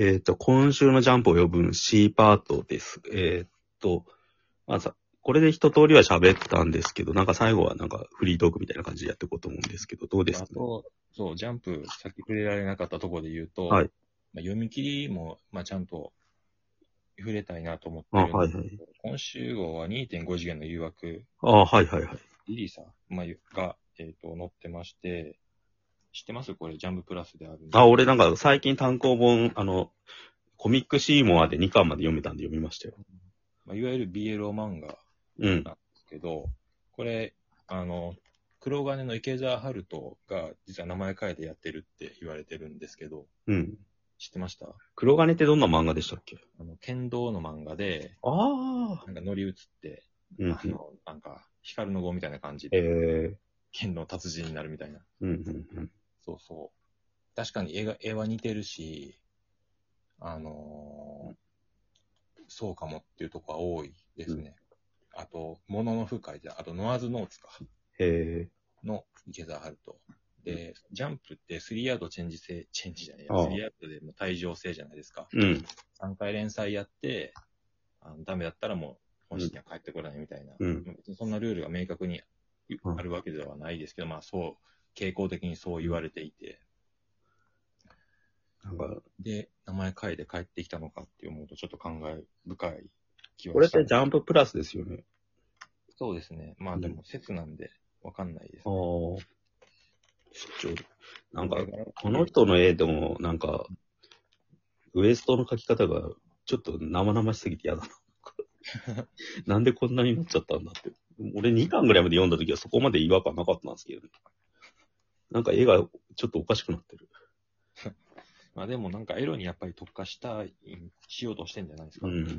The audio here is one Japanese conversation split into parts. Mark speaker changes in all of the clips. Speaker 1: えっ、と、今週のジャンプを呼ぶ C パートです。えっ、と、まあさ、これで一通りは喋ったんですけど、なんか最後はなんかフリートークみたいな感じでやっていこうと思うんですけど、どうです
Speaker 2: あ
Speaker 1: か
Speaker 2: と、そう、ジャンプ、さっき触れられなかったところで言うと、
Speaker 1: はい
Speaker 2: まあ、読み切りも、まあ、ちゃんと触れたいなと思って
Speaker 1: あ
Speaker 2: るんですけど
Speaker 1: はいはい
Speaker 2: 今週号は2.5次元の誘惑、
Speaker 1: あはいはいはい。
Speaker 2: リリーさん、まあ、が、えっ、と、載ってまして、知ってますこれ、ジャンププラスであるんですけど
Speaker 1: あ、俺なんか最近単行本、あの、コミックシーモアで2巻まで読めたんで読みましたよ。
Speaker 2: まあ、いわゆる BL 漫画
Speaker 1: うん。
Speaker 2: けど、これ、あの、黒金の池澤春人が実は名前変えてやってるって言われてるんですけど、
Speaker 1: うん。
Speaker 2: 知ってました
Speaker 1: 黒金ってどんな漫画でしたっけ
Speaker 2: あの、剣道の漫画で、
Speaker 1: ああ。
Speaker 2: なんか乗り移って、
Speaker 1: うん
Speaker 2: あ。の、なんか、光の碁みたいな感じ
Speaker 1: え
Speaker 2: で、
Speaker 1: ー。
Speaker 2: 剣の達人になるみたいな。
Speaker 1: うんうんうん。
Speaker 2: そうそう。確かに絵が、絵は似てるし、あのーそうかもっていうとこは多いですね。あと、ものの深いで、あと、ノアズノーツか、
Speaker 1: え
Speaker 2: の池澤春人。で、ジャンプって3ヤードチェンジ制、チェンジじゃねえや、
Speaker 1: ああ
Speaker 2: 3ヤードでもう退場制じゃないですか。
Speaker 1: ー。うん。
Speaker 2: 3回連載やって、あのダメだったらもう本心には帰ってこないみたいな、
Speaker 1: うん
Speaker 2: 別にそんなルールが明確に
Speaker 1: うん
Speaker 2: あるわけではないですけど、まあそう、傾向的にそう言われていて、
Speaker 1: なんか、
Speaker 2: で、名前変えて帰ってきたのかって思うと、ちょっと感慨深い気
Speaker 1: こ
Speaker 2: は
Speaker 1: れっ
Speaker 2: した
Speaker 1: てジャンププラスですよね。
Speaker 2: そうですね。まあでも、説なんでわかんないです、
Speaker 1: ああ。出張。なんか、
Speaker 2: だら
Speaker 1: この人の絵でも、なんか、ウエストの描き方が、ちょっと生々しすぎて嫌だ な。なんでこんなになっちゃったんだって。俺2巻ぐらいまで読んだ時はそこまで違和感なかったんですけど、なんか絵がちょっとおかしくなってる。
Speaker 2: まあでもなんかエロにやっぱり特化したい、しようとしてんじゃないですか。
Speaker 1: うん。
Speaker 2: きっ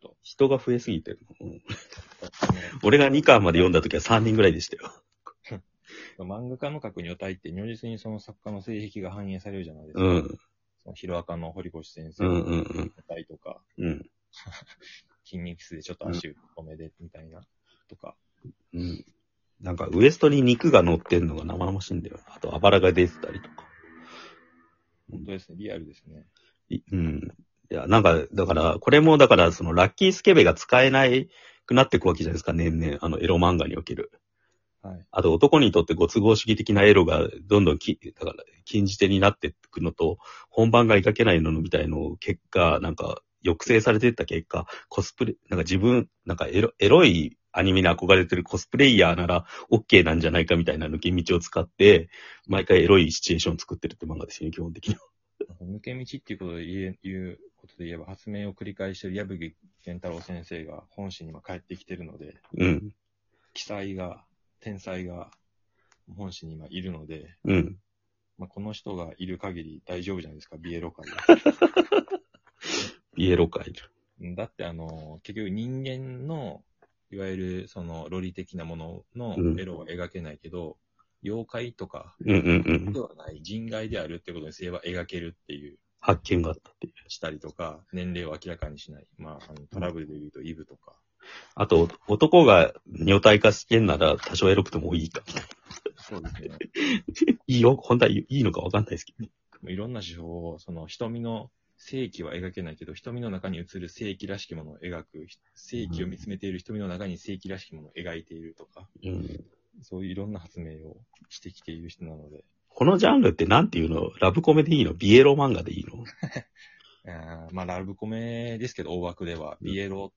Speaker 2: と。
Speaker 1: 人が増えすぎてる。うん
Speaker 2: あの
Speaker 1: 俺が2巻まで読んだ時は3人ぐらいでしたよ。
Speaker 2: 漫画家の書く女体って如実にその作家の性癖が反映されるじゃないですか。
Speaker 1: うん。
Speaker 2: そのヒロアカの堀越先生
Speaker 1: うん
Speaker 2: の
Speaker 1: うんうん。
Speaker 2: 女体とか、
Speaker 1: うん。
Speaker 2: 筋肉質でちょっと足止めでみたいな、とか。
Speaker 1: うん。なんかウエストに肉が乗ってんのが生々しいんだよな。あとあばらが出てたりとか。
Speaker 2: 本当ですね、リアルですね。
Speaker 1: いうん。いや、なんか、だから、これも、だから、その、ラッキースケベが使えないくなっていくわけじゃないですか、年々。あの、エロ漫画における。
Speaker 2: はい。
Speaker 1: あと、男にとってご都合主義的なエロが、どんどんき、だから、禁じ手になっていくのと、本番が描けないのみたいの結果、なんか、抑制されていった結果、コスプレ、なんか自分、なんかエロ、エロいアニメに憧れてるコスプレイヤーなら、OK なんじゃないかみたいな抜け道を使って、毎回エロいシチュエーションを作ってるって漫画ですよね、基本的には。
Speaker 2: 抜け道っていうことで言え、言うことで言えば、発明を繰り返している矢吹玄太郎先生が本心に今帰ってきてるので、
Speaker 1: うん。
Speaker 2: 記載が、天才が本心に今いるので、
Speaker 1: うん。
Speaker 2: まあ、この人がいる限り大丈夫じゃないですか、ビエロ界は。
Speaker 1: イエロー界。
Speaker 2: だってあの、結局人間の、いわゆるその論理的なもの
Speaker 1: う
Speaker 2: の
Speaker 1: ん
Speaker 2: エロは描けないけど、妖怪とか
Speaker 1: うんうんうん
Speaker 2: で。はない人外であるってことにすれば描けるっていう、
Speaker 1: 発見があったっていう。
Speaker 2: したりとか、年齢を明らかにしない。まあ、あのトラブルで言うとイブとか。
Speaker 1: あと、男が女体化してんなら多少エロくてもいいか。
Speaker 2: そうです ね。
Speaker 1: いいよ、本当はいいのかわかんないですけどね。
Speaker 2: いろんな手法を、その瞳の正気は描けないけど、瞳の中に映る正気らしきものを描く、正気を見つめている瞳の中に正気らしきものを描いているとか、
Speaker 1: うん。
Speaker 2: そういういろんな発明をしてきている人なので、
Speaker 1: このジャンルってなんていうのラブコメでいいのビエロ漫画でいいの
Speaker 2: あーまあ、ラブコメですけど、大枠では、
Speaker 1: うん
Speaker 2: ビエロ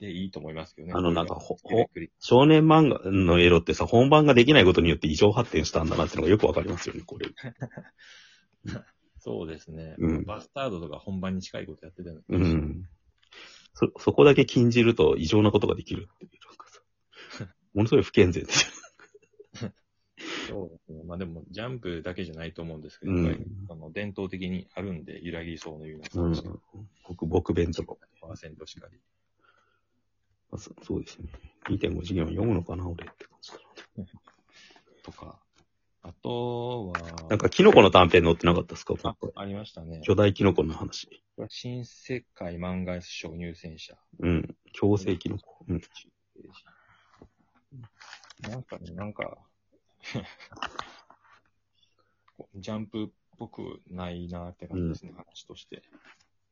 Speaker 2: でいいと思いますけどね。
Speaker 1: あのなんかほ
Speaker 2: こういうのが
Speaker 1: 少年漫画のエロってさ、本番ができないことによって異常発展したんだなってのがよくわかりますよね、これ。
Speaker 2: そうですね。
Speaker 1: うん
Speaker 2: バスタードとか本番に近いことやってたの。
Speaker 1: うん。そ、そこだけ禁じると異常なことができるっていう。なんかさ ものすごい不健全ですよ。
Speaker 2: そうですね。まあでも、ジャンプだけじゃないと思うんですけど、
Speaker 1: うん
Speaker 2: やっぱりあの伝統的にあるんで、揺らぎそうのよう
Speaker 1: う
Speaker 2: なん話。。
Speaker 1: 僕、僕弁とか。
Speaker 2: パーセントしかり。
Speaker 1: まあそそうですね。2.5次元は読むのかな、俺って感じだな。
Speaker 2: とか。あとは、
Speaker 1: なんか、キノコの短編載ってなかったですか
Speaker 2: あ、ありましたね。
Speaker 1: 巨大キノコの話。
Speaker 2: これ新世界漫画賞入選者。
Speaker 1: うん。強制キノコ。うん。
Speaker 2: なんかね、なんか、 ジャンプっぽくないなって感じですね、話として。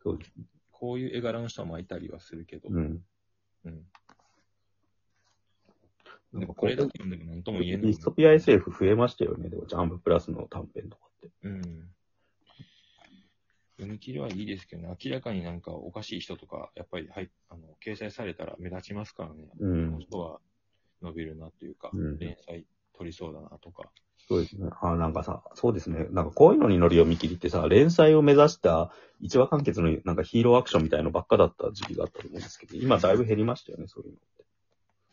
Speaker 1: そうです。
Speaker 2: こういう絵柄の人もいたりはするけど、
Speaker 1: うん。
Speaker 2: うん。
Speaker 1: な
Speaker 2: で
Speaker 1: ん
Speaker 2: も
Speaker 1: か
Speaker 2: こ
Speaker 1: こ
Speaker 2: れ
Speaker 1: れ
Speaker 2: だ
Speaker 1: だ
Speaker 2: け読んでも何とも言えない。
Speaker 1: ディストピア SF 増えましたよね、でもジャンププラスの短編とかって。
Speaker 2: うん。読み切りはいいですけどね、明らかになんかおかしい人とか、やっぱり、はい、あの、掲載されたら目立ちますからね。
Speaker 1: う
Speaker 2: この
Speaker 1: ん。
Speaker 2: 人は伸びるなというか、
Speaker 1: うん
Speaker 2: 連載取りそうだなとか。
Speaker 1: そうですね。あーなんかさ、そうですね。なんかこういうのに乗る読み切りってさ、連載を目指した一話完結のなんかヒーローアクションみたいのばっかだった時期があったと思うんですけど、今だいぶ減りましたよね、そういうの。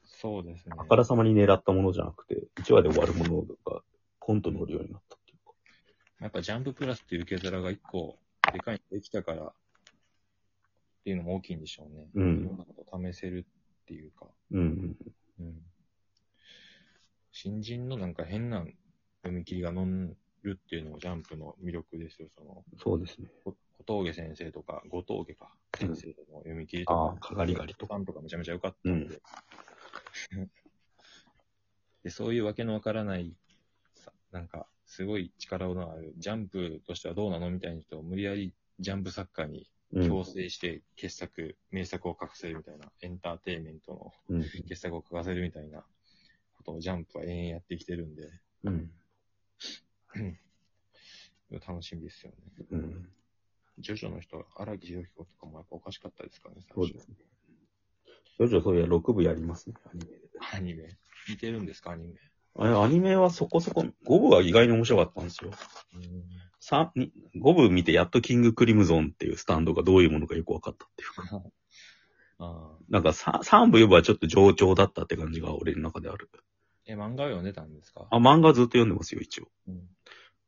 Speaker 2: そうですね。
Speaker 1: あからさまに狙ったものじゃなくて、一話で終わるものがコント乗るようになったっていうか。
Speaker 2: やっぱジャンププラスっていう受け皿が一個、でかいのできたから、っていうのも大きいんでしょうね。
Speaker 1: うん
Speaker 2: いろんなこと試せるっていうか。
Speaker 1: うん。
Speaker 2: うん。新人のなんか変な読み切りが乗るっていうのもジャンプの魅力ですよ。その、
Speaker 1: そうですね。
Speaker 2: こ小峠先生とか、後峠か、
Speaker 1: う
Speaker 2: 先
Speaker 1: ん
Speaker 2: 生の読み切りと
Speaker 1: ああ
Speaker 2: か、、
Speaker 1: かがりがりとか。
Speaker 2: パンとかめちゃめちゃ良かったんで。 でそういうわけのわからない、さなんか、すごい力のある、ジャンプとしてはどうなのみたいな人を無理やりジャンプ作家に
Speaker 1: うん
Speaker 2: 強。制して傑作、名作を書かせるみたいな、エンターテインメント
Speaker 1: う
Speaker 2: の
Speaker 1: ん。
Speaker 2: 傑作を書かせるみたいなことをジャンプは永遠やってきてるんで、
Speaker 1: うん。
Speaker 2: うん楽しみですよね。
Speaker 1: うん。
Speaker 2: ジョジョの人、荒木宏彦とかもやっぱおかしかったですからね、
Speaker 1: そう
Speaker 2: 最
Speaker 1: で
Speaker 2: 初
Speaker 1: す。ね。徐々そういや、6部やりますね、アニメで。
Speaker 2: アニメ。似てるんですか、アニメ。
Speaker 1: あれ、アニメはそこそこ、5部は意外に面白かったんですよ。三に5部見てやっとキングクリムゾンっていうスタンドがどういうものかよく分かったっていうか。
Speaker 2: ああ。
Speaker 1: なんか 3, 三部4部はちょっと上調だったって感じが俺の中である。
Speaker 2: え、漫画を読んでたんですか
Speaker 1: あ、漫画ずっと読んでますよ、一応。
Speaker 2: うん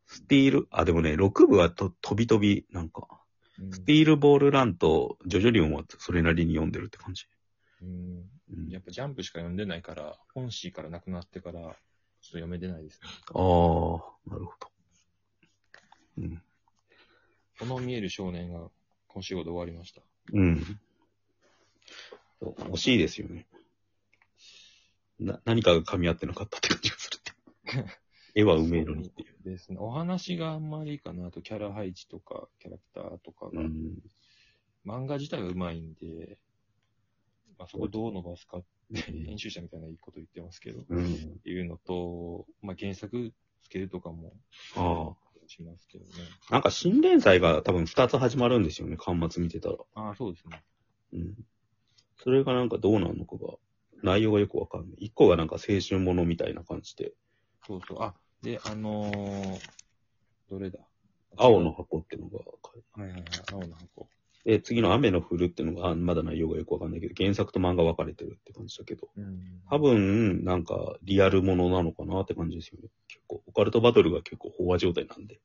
Speaker 1: スティール、あ、でもね、6部はと、飛び飛び、なんか、
Speaker 2: うん
Speaker 1: スティールボールランとジョジョリオンはそれなりに読んでるって感じ。
Speaker 2: うん
Speaker 1: うん
Speaker 2: やっぱジャンプしか読んでないから、本誌からなくなってから、ちょっと読めてないですね。
Speaker 1: ああ、なるほど。うん。
Speaker 2: この見える少年が今週ごと終わりました。
Speaker 1: うん。そう惜しいですよね。な、何かが噛み合ってなかったって感じがするって。絵はうめえのにっていう。
Speaker 2: ですね。お話があんまりいいかなあと、キャラ配置とか、キャラクターとか
Speaker 1: う
Speaker 2: が、
Speaker 1: ん。
Speaker 2: 漫画自体はうまいんで、まあ、そこどう伸ばすかって、編集者みたいないいこと言ってますけど、っ
Speaker 1: うん。
Speaker 2: ていうのと、まあ、原作つけるとかも
Speaker 1: あ
Speaker 2: しますけどね。
Speaker 1: あ。なんか新連載が多分2つ始まるんですよね、端末見てたら。
Speaker 2: ああ、そうですね。
Speaker 1: うん。それがなんかどうなのかが、内容がよくわかんない。一個がなんか青春ものみたいな感じで、
Speaker 2: そうそう。あ、で、あのー、どれだ
Speaker 1: 青の箱ってのが書いて
Speaker 2: はいはいはい、青の箱。
Speaker 1: で、次の雨の降るってのが、あまだ内容がよくわかんないけど、原作と漫画分かれてるって感じだけど、
Speaker 2: うん
Speaker 1: 多分、なんか、リアルものなのかなって感じですよね。結構、オカルトバトルが結構飽和状態なんで。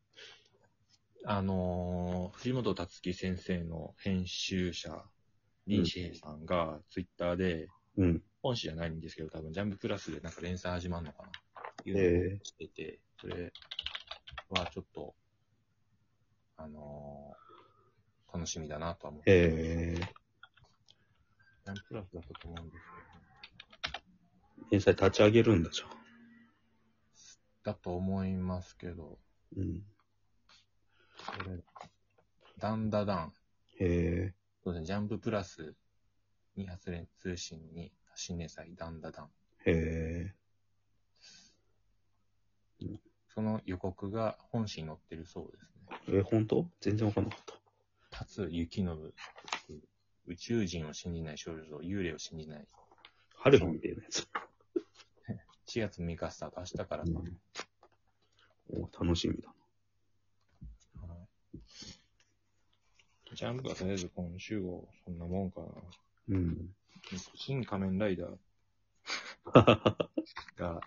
Speaker 2: あのー、藤本達樹先生の編集者、林志平さんが、ツイッターで、
Speaker 1: うん。
Speaker 2: 本誌じゃないんですけど、多分、ジャンププラスでなんか連載始まるのかなっ
Speaker 1: え
Speaker 2: ていうのをしてて、それはちょっと、あのー、楽しみだなとは思って、
Speaker 1: えー、
Speaker 2: ジャンププラスだったと思うんですけど、
Speaker 1: 連載立ち上げるんだじゃん。
Speaker 2: だと思いますけど、
Speaker 1: うん。
Speaker 2: これ、ダンダダン、
Speaker 1: え
Speaker 2: そうですね、ジャンププラスに発連通信に新年祭ダンダダン。
Speaker 1: ー、え
Speaker 2: その予告が本誌に載ってるそうですね。
Speaker 1: ー、えー、本当全然わかんなかった。
Speaker 2: 達幸信。宇宙人を信じない少女と幽霊を信じない。
Speaker 1: 春日みたいなやつ。
Speaker 2: 4月6日スタート、明日からか
Speaker 1: う。んお楽しみだ。
Speaker 2: はいジャンプはとりあえず今週をそんなもんかな。
Speaker 1: うん。
Speaker 2: 新仮面ライダーが、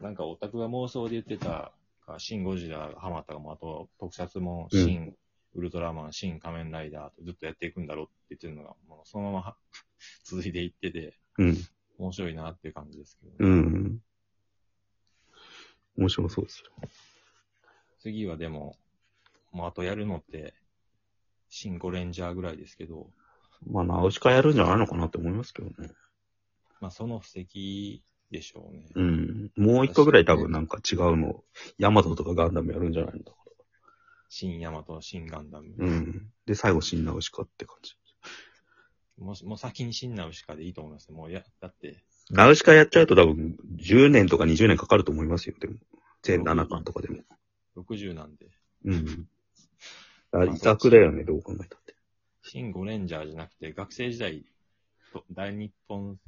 Speaker 2: なんかオタクが妄想で言ってた、あシン・ゴジラ、ハマったも、あと特撮も、
Speaker 1: うん
Speaker 2: シン、ウルトラマン、シン・仮面ライダーとずっとやっていくんだろうって言ってるのが、もうそのまま は続いていってて、
Speaker 1: うん。
Speaker 2: 面白いなっていう感じですけどね、
Speaker 1: うん。面白そうですよ。
Speaker 2: 次はでも、もうあとやるのって、シン・ゴレンジャーぐらいですけど、
Speaker 1: まあ、ナウシカやるんじゃないのかなって思いますけどね。
Speaker 2: まあその布石でしょうね。
Speaker 1: うん。もう一個ぐらい多分なんか違うの、ヤマトとかガンダムやるんじゃないのだか
Speaker 2: 新ヤマト、新ガンダム。
Speaker 1: ら。うん。で、最後新ナウシカって感じ。
Speaker 2: もうもう先に新ナウシカでいいと思いますね。もうや、だって、
Speaker 1: ナウシカやっちゃうと多分10年とか20年かかると思いますよ、でも。全7巻とかでも。
Speaker 2: 60なんで。
Speaker 1: うん。あ自作だよね、どう考えたって。
Speaker 2: 新ゴレンジャーじゃなくて、学生時代、と大日本、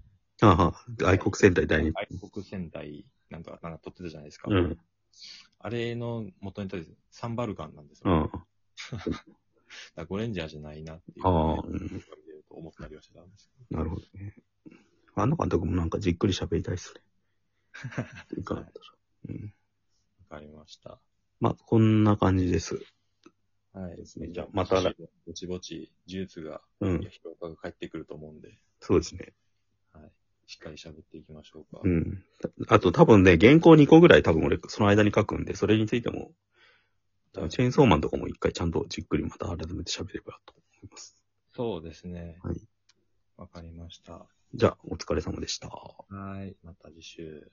Speaker 1: ああ、愛国戦隊第二。
Speaker 2: 外国戦隊なんか、なんか撮ってたじゃないですか。
Speaker 1: うん。
Speaker 2: あれの元に立てサンバルカンなんですよ。
Speaker 1: うん。
Speaker 2: だからゴレンジャーじゃないなっていう、
Speaker 1: ああ
Speaker 2: ね
Speaker 1: うん
Speaker 2: 見てると思ったりはしてたんですけ
Speaker 1: なるほどね。あの監督もなんかじっくり喋りたいっ すね。いかなかったらうん。
Speaker 2: ど。わかりました。
Speaker 1: まあ、こんな感じです。
Speaker 2: はい。
Speaker 1: ですねじゃあまた来
Speaker 2: ぼちぼち、呪術が、
Speaker 1: うん。
Speaker 2: 評価が返ってくると思うんで、
Speaker 1: そうですね。
Speaker 2: しっかり喋っていきましょうか。
Speaker 1: うん。あと多分ね、原稿2個ぐらい多分俺その間に書くんで、それについても、チェーンソーマンとかも一回ちゃんとじっくりまた改めて喋ればと思います。
Speaker 2: そうですね。
Speaker 1: はい。
Speaker 2: わかりました。
Speaker 1: じゃあ、お疲れ様でした。
Speaker 2: はい。また次週。